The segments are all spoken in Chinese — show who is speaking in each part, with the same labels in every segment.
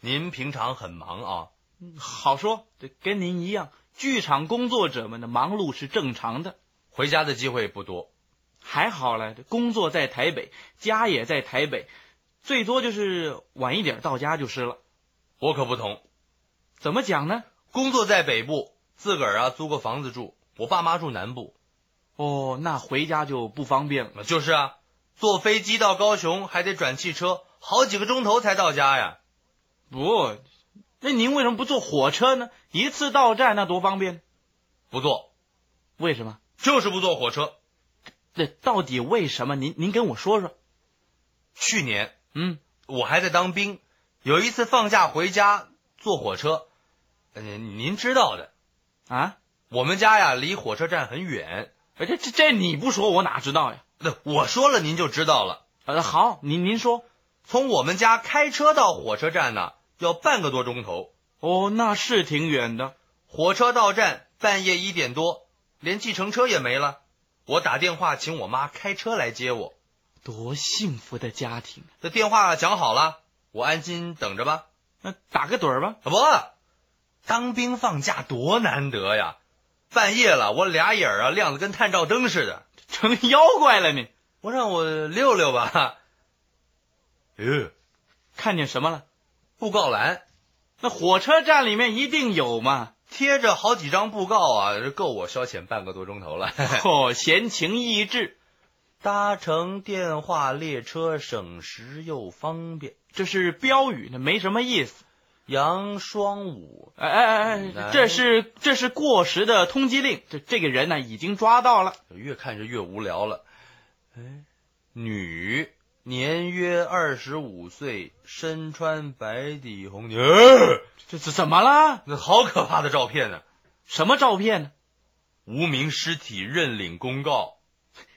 Speaker 1: 您平常很忙啊，
Speaker 2: 嗯
Speaker 1: 好说，这跟您一样，剧场工作者们的忙碌是正常的。
Speaker 2: 回家的机会不多。
Speaker 1: 还好嘞，这工作在台北，家也在台北，最多就是晚一点到家就是了。
Speaker 2: 我可不同，
Speaker 1: 怎么讲呢？
Speaker 2: 工作在北部，自个儿啊租个房子住，我爸妈住南部。
Speaker 1: 哦，那回家就不方便了。
Speaker 2: 就是啊，坐飞机到高雄还得转汽车，好几个钟头才到家呀。
Speaker 1: 不，那您为什么不坐火车呢？一次到站那多方便。
Speaker 2: 不坐，
Speaker 1: 为什么？
Speaker 2: 就是不坐火车。
Speaker 1: 这到底为什么？您您跟我说说。
Speaker 2: 去年
Speaker 1: 嗯，
Speaker 2: 我还在当兵，有一次放假回家坐火车，呃，您知道的，
Speaker 1: 啊，
Speaker 2: 我们家呀离火车站很远，
Speaker 1: 哎这这这你不说我哪知道呀？
Speaker 2: 那我说了您就知道了。
Speaker 1: 呃，好，您您说。
Speaker 2: 从我们家开车到火车站呢，要半个多钟头。
Speaker 1: 哦，那是挺远的。
Speaker 2: 火车到站半夜一点多，连计程车也没了。我打电话请我妈开车来接我，
Speaker 1: 多幸福的家庭啊！
Speaker 2: 这电话讲好了，我安心等着吧。
Speaker 1: 那打个盹儿吧。
Speaker 2: 啊不，当兵放假多难得呀！半夜了，我俩眼儿啊亮得跟探照灯似的。
Speaker 1: 成妖怪了你！
Speaker 2: 我让我溜溜吧。 呃，
Speaker 1: 看见什么了？
Speaker 2: 布告栏
Speaker 1: 那火车站里面一定有嘛。
Speaker 2: 贴着好几张布告啊，这够我消遣半个多钟头了。
Speaker 1: 哦，闲情逸致，
Speaker 2: 搭乘电话列车省时又方便，
Speaker 1: 这是标语，那没什么意思。
Speaker 2: 杨双武
Speaker 1: 哎哎哎，
Speaker 2: 来
Speaker 1: 这是这是过时的通缉令。这这个人呢，已经抓到了。
Speaker 2: 越看着越无聊了。哎，女，年约二十五岁，身穿白底红牛，呃
Speaker 1: 这这怎么了？
Speaker 2: 那好可怕的照片呢、
Speaker 1: 什么照片呢？
Speaker 2: 无名尸体认领公告，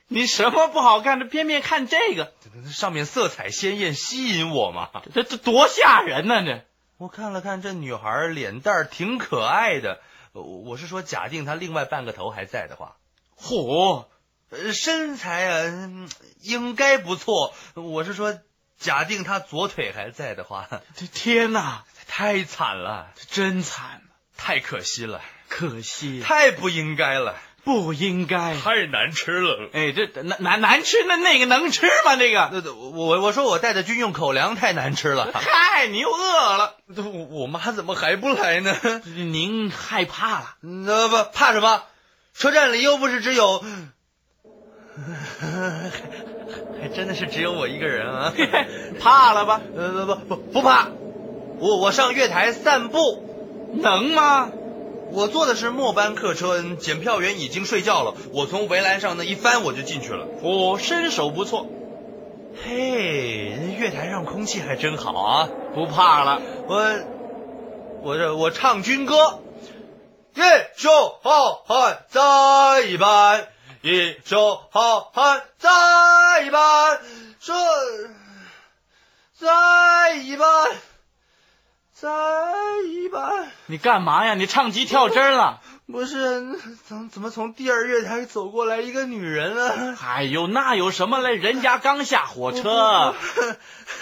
Speaker 1: 你什么不好看的，偏偏看这个，
Speaker 2: 这这上面色彩鲜艳，吸引我嘛。
Speaker 1: 这这多吓人呢、这
Speaker 2: 我看了看这女孩脸蛋儿挺可爱的，呃我是说假定她另外半个头还在的话。
Speaker 1: 嚯，
Speaker 2: 呃，身材啊，嗯应该不错。我是说，假定他左腿还在的话，
Speaker 1: 这天哪，
Speaker 2: 太惨了，
Speaker 1: 这真惨，
Speaker 2: 太可惜了，
Speaker 1: 可惜
Speaker 2: 太不应该了，
Speaker 1: 不应该。
Speaker 2: 太难吃了。
Speaker 1: 哎，这这难难难吃，那那个能吃吗？这个，
Speaker 2: 那我我说我带的军用口粮太难吃了，
Speaker 1: 嗨，你又饿了，
Speaker 2: 我我妈怎么还不来呢？
Speaker 1: 您害怕了？
Speaker 2: 那不怕什么？车站里又不是只有，还真的是只有我一个人 啊。
Speaker 1: 怕了吧？
Speaker 2: 呃不不不不怕，我我上月台散步。
Speaker 1: 能吗？
Speaker 2: 我坐的是末班客车，检票员已经睡觉了。我从围栏上那一翻，我就进去了。
Speaker 1: 我、身手不错，
Speaker 2: 嘿，月台上空气还真好啊！
Speaker 1: 不怕了。
Speaker 2: 我，我这我唱军歌，一首好汉在一班，一首好汉在一班，这在一班，在一班。
Speaker 1: 你干嘛呀？你唱机跳针了？
Speaker 2: 不是，那怎怎么从第二月台走过来一个女人 啊？
Speaker 1: 哎呦，那有什么嘞？人家刚下火车，
Speaker 2: 不，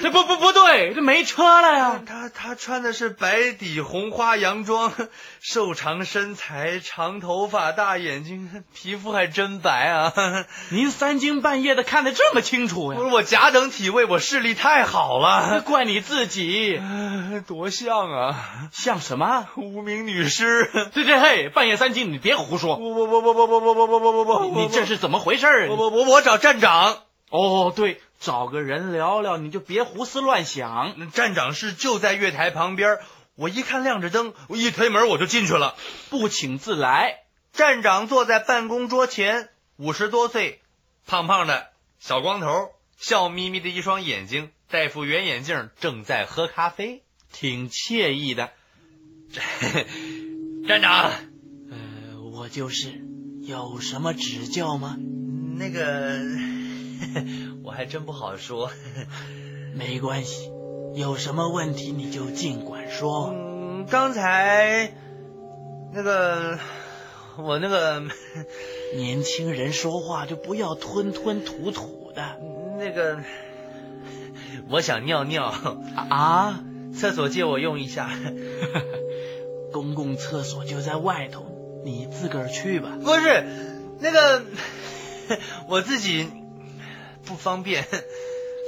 Speaker 1: 这不不不对，这没车了呀。
Speaker 2: 她她穿的是白底红花洋装，瘦长身材，长头发，大眼睛，皮肤还真白啊！
Speaker 1: 您三更半夜的看得这么清楚
Speaker 2: 不
Speaker 1: 呀
Speaker 2: 是？我甲等体位，我视力太好了，
Speaker 1: 怪你自己，
Speaker 2: 呃多像啊！
Speaker 1: 像什么？
Speaker 2: 无名女尸，
Speaker 1: 这这嘿，半夜三更你别胡
Speaker 2: 我
Speaker 1: 说，
Speaker 2: 我我我我我我我我我我，
Speaker 1: 你这是怎么回事儿
Speaker 2: 我？我我我找站长。
Speaker 1: 哦，对，找个人聊聊，你就别胡思乱想。
Speaker 2: 嗯站长室就在月台旁边，我一看亮着灯，我一推门我就进去了。
Speaker 1: 不请自来。
Speaker 2: 站长坐在办公桌前，五十多岁，胖胖的，小光头，笑眯眯的一双眼睛，戴副圆眼镜，正在喝咖啡。
Speaker 1: 挺惬意的。
Speaker 2: 站长，
Speaker 1: 呃，我就是，有什么指教吗？
Speaker 2: 那个， 我还真不好说。
Speaker 1: 没关系，有什么问题你就尽管说。
Speaker 2: 嗯，刚才那个，我那个，
Speaker 1: 年轻人说话就不要吞吞吐吐的
Speaker 2: 那个，我想尿尿。
Speaker 1: 啊！
Speaker 2: 厕所借我用一下。
Speaker 1: 公共厕所就在外头，你自个儿去吧。
Speaker 2: 不是，那个 我自己不方便。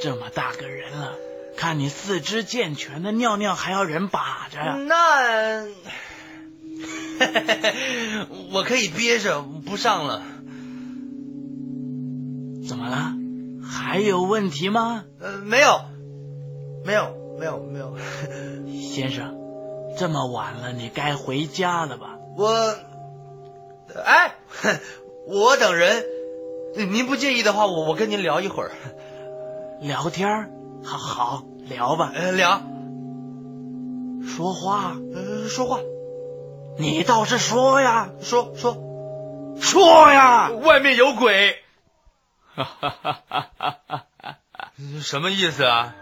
Speaker 1: 这么大个人了，看你四肢健全的尿尿还要人把
Speaker 2: 哎
Speaker 1: 着呀。
Speaker 2: 那 我可以憋着不上了。
Speaker 1: 怎么了？还有问题吗，
Speaker 2: 呃，没有，没有，没有，没有。
Speaker 1: 先生？这么晚了，你该回家了吧？
Speaker 2: 我，哎，我等人。您不介意的话，我我跟您聊一会儿。
Speaker 1: 聊天儿，好好聊吧。
Speaker 2: 呃，聊，
Speaker 1: 说话，
Speaker 2: 呃，说话，
Speaker 1: 你倒是说呀，
Speaker 2: 说说。
Speaker 1: 说呀！
Speaker 2: 外面有鬼，
Speaker 1: 哈哈哈哈哈哈！
Speaker 2: 什么意思啊？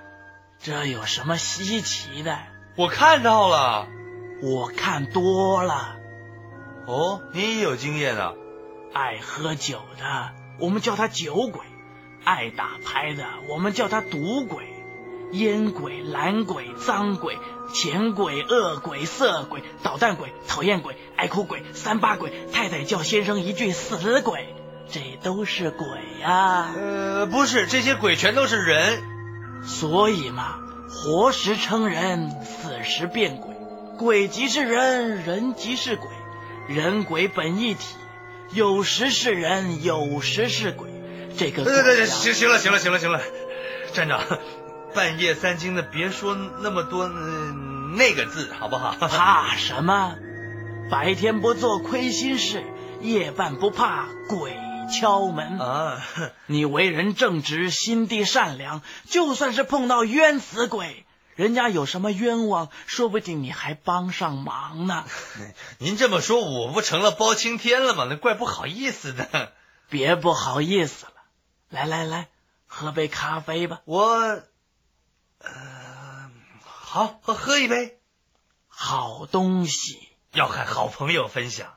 Speaker 1: 这有什么稀奇的？
Speaker 2: 我看到了。
Speaker 1: 我看多了，
Speaker 2: 哦，您也有经验啊？
Speaker 1: 爱喝酒的我们叫他酒鬼，爱打牌的我们叫他赌鬼，烟鬼、懒鬼、脏鬼、钱鬼、恶鬼、色鬼、捣蛋鬼、讨厌鬼、爱哭鬼、三八鬼、太太叫先生一句死鬼，这都是鬼呀、
Speaker 2: 呃，不是，这些鬼全都是人。
Speaker 1: 所以嘛，活时称人，死时变鬼。鬼即是人，人即是鬼，人鬼本一体，有时是人，有时是鬼。这个
Speaker 2: 对
Speaker 1: 鬼啊
Speaker 2: 对对，
Speaker 1: 呀
Speaker 2: 行行了，行了，行了，行了。站长，半夜三更的，别说那么多、呃那个字，好不好？
Speaker 1: 怕什么？白天不做亏心事，夜半不怕鬼敲门。
Speaker 2: 啊，
Speaker 1: 你为人正直，心地善良，就算是碰到冤死鬼，人家有什么冤枉，说不定你还帮上忙呢。
Speaker 2: 您这么说，我不成了包青天了吗？那怪不好意思的。
Speaker 1: 别不好意思了，来来来，喝杯咖啡吧。
Speaker 2: 我，呃，好，喝喝一杯，
Speaker 1: 好东西，
Speaker 2: 要和好朋友分享。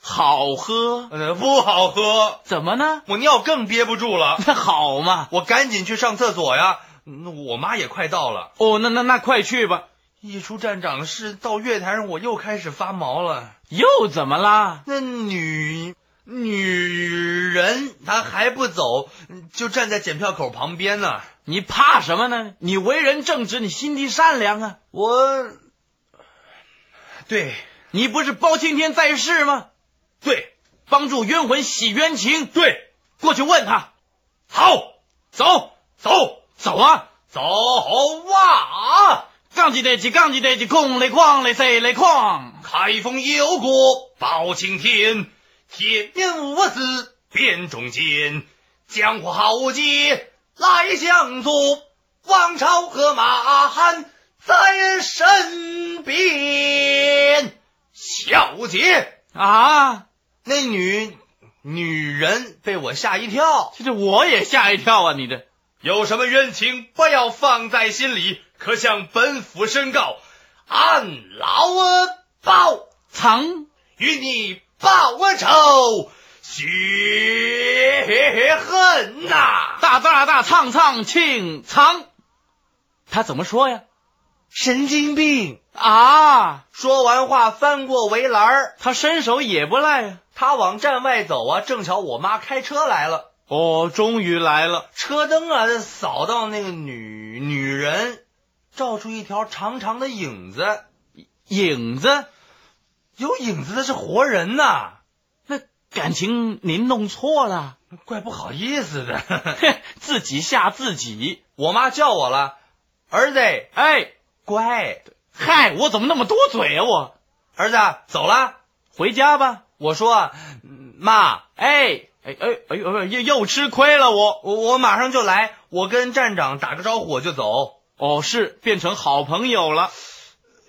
Speaker 1: 好喝，
Speaker 2: 呃，不好喝，
Speaker 1: 怎么呢？
Speaker 2: 我尿更憋不住了，
Speaker 1: 那好嘛。
Speaker 2: 我赶紧去上厕所呀。嗯我妈也快到了。
Speaker 1: 哦，那那那快去吧。
Speaker 2: 一出站长室，到月台上我又开始发毛了。
Speaker 1: 又怎么啦？
Speaker 2: 那女女人她还不走，就站在检票口旁边呢。
Speaker 1: 你怕什么呢？你为人正直，你心地善良啊。
Speaker 2: 我，对
Speaker 1: 你不是包青天在世吗？
Speaker 2: 对
Speaker 1: 帮助冤魂洗冤情。
Speaker 2: 对，
Speaker 1: 过去问他，
Speaker 2: 好，走走
Speaker 1: 走啊！
Speaker 2: 走哇啊！
Speaker 1: 杠几得几，杠几得几，空嘞哐嘞塞嘞哐。
Speaker 2: 开封有国包青天，铁面无私辨忠奸，江湖豪杰来相助，王朝和马汉在身边。小姐，
Speaker 1: 啊！
Speaker 2: 那女女人被我吓一跳，
Speaker 1: 这这我也吓一跳啊！你这
Speaker 2: 有什么冤情不要放在心里，可向本府申告，按劳报。
Speaker 1: 藏
Speaker 2: 与你报仇雪恨呐、
Speaker 1: 大大大唱唱庆藏，他怎么说呀？
Speaker 2: 神经病！
Speaker 1: 啊，
Speaker 2: 说完话，翻过围栏儿，
Speaker 1: 他身手也不赖啊呀、
Speaker 2: 他往站外走啊，正巧我妈开车来了，
Speaker 1: 哦，终于来了，
Speaker 2: 车灯啊扫到那个女女人，照出一条长长的影子，
Speaker 1: 影子，
Speaker 2: 有影子的是活人呐、
Speaker 1: 那感情您弄错了，
Speaker 2: 怪不好意思的。
Speaker 1: 嘿自己吓自己。
Speaker 2: 我妈叫我了，儿子，
Speaker 1: 哎，
Speaker 2: 乖，
Speaker 1: 嗨，我怎么那么多嘴啊？我
Speaker 2: 儿子走了。
Speaker 1: 回家吧。
Speaker 2: 我说啊嗯妈，
Speaker 1: 哎，哎哎哎呦，哎呦又又吃亏了我。
Speaker 2: 我我马上就来，我跟站长打个招呼我就走。
Speaker 1: 哦，是变成好朋友了。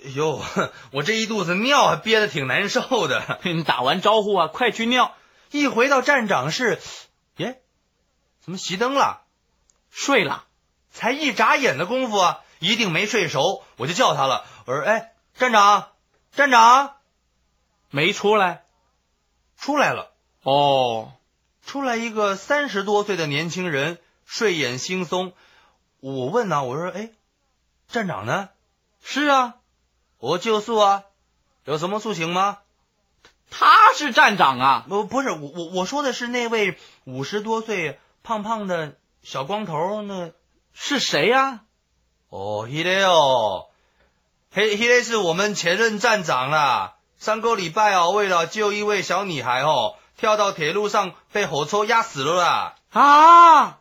Speaker 2: 哎呦，我这一肚子尿还憋得挺难受的。
Speaker 1: 你打完招呼啊，快去尿，
Speaker 2: 一回到站长室，耶，怎么熄灯了？
Speaker 1: 睡了。
Speaker 2: 才一眨眼的功夫啊，一定没睡熟，我就叫他了。我说：“哎，站长，站长，
Speaker 1: 没出来
Speaker 2: 出来了！
Speaker 1: 哦，
Speaker 2: 出来一个三十多岁的年轻啊人，睡眼惺忪。”我问呢、我说：“哎，站长呢？是啊，我就诉啊，有什么诉请吗？
Speaker 1: 他是站长啊！
Speaker 2: 不，不是我，我我说的是那位五十多岁胖胖的小光头那。
Speaker 1: 是谁啊呀、
Speaker 2: 哦，迄个哦，迄迄个是我们前任站长啦。上个礼拜哦，为了救一位小女孩哦，跳到铁路上被火车压死了啦。
Speaker 1: 啊！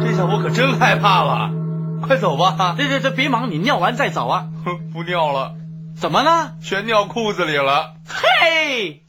Speaker 2: 这下我可真害怕了，快走吧！
Speaker 1: 这这这，别忙，你尿完 再走啊！
Speaker 2: 不尿了，
Speaker 1: 怎么了？
Speaker 2: 全尿裤子里了。
Speaker 1: 嘿，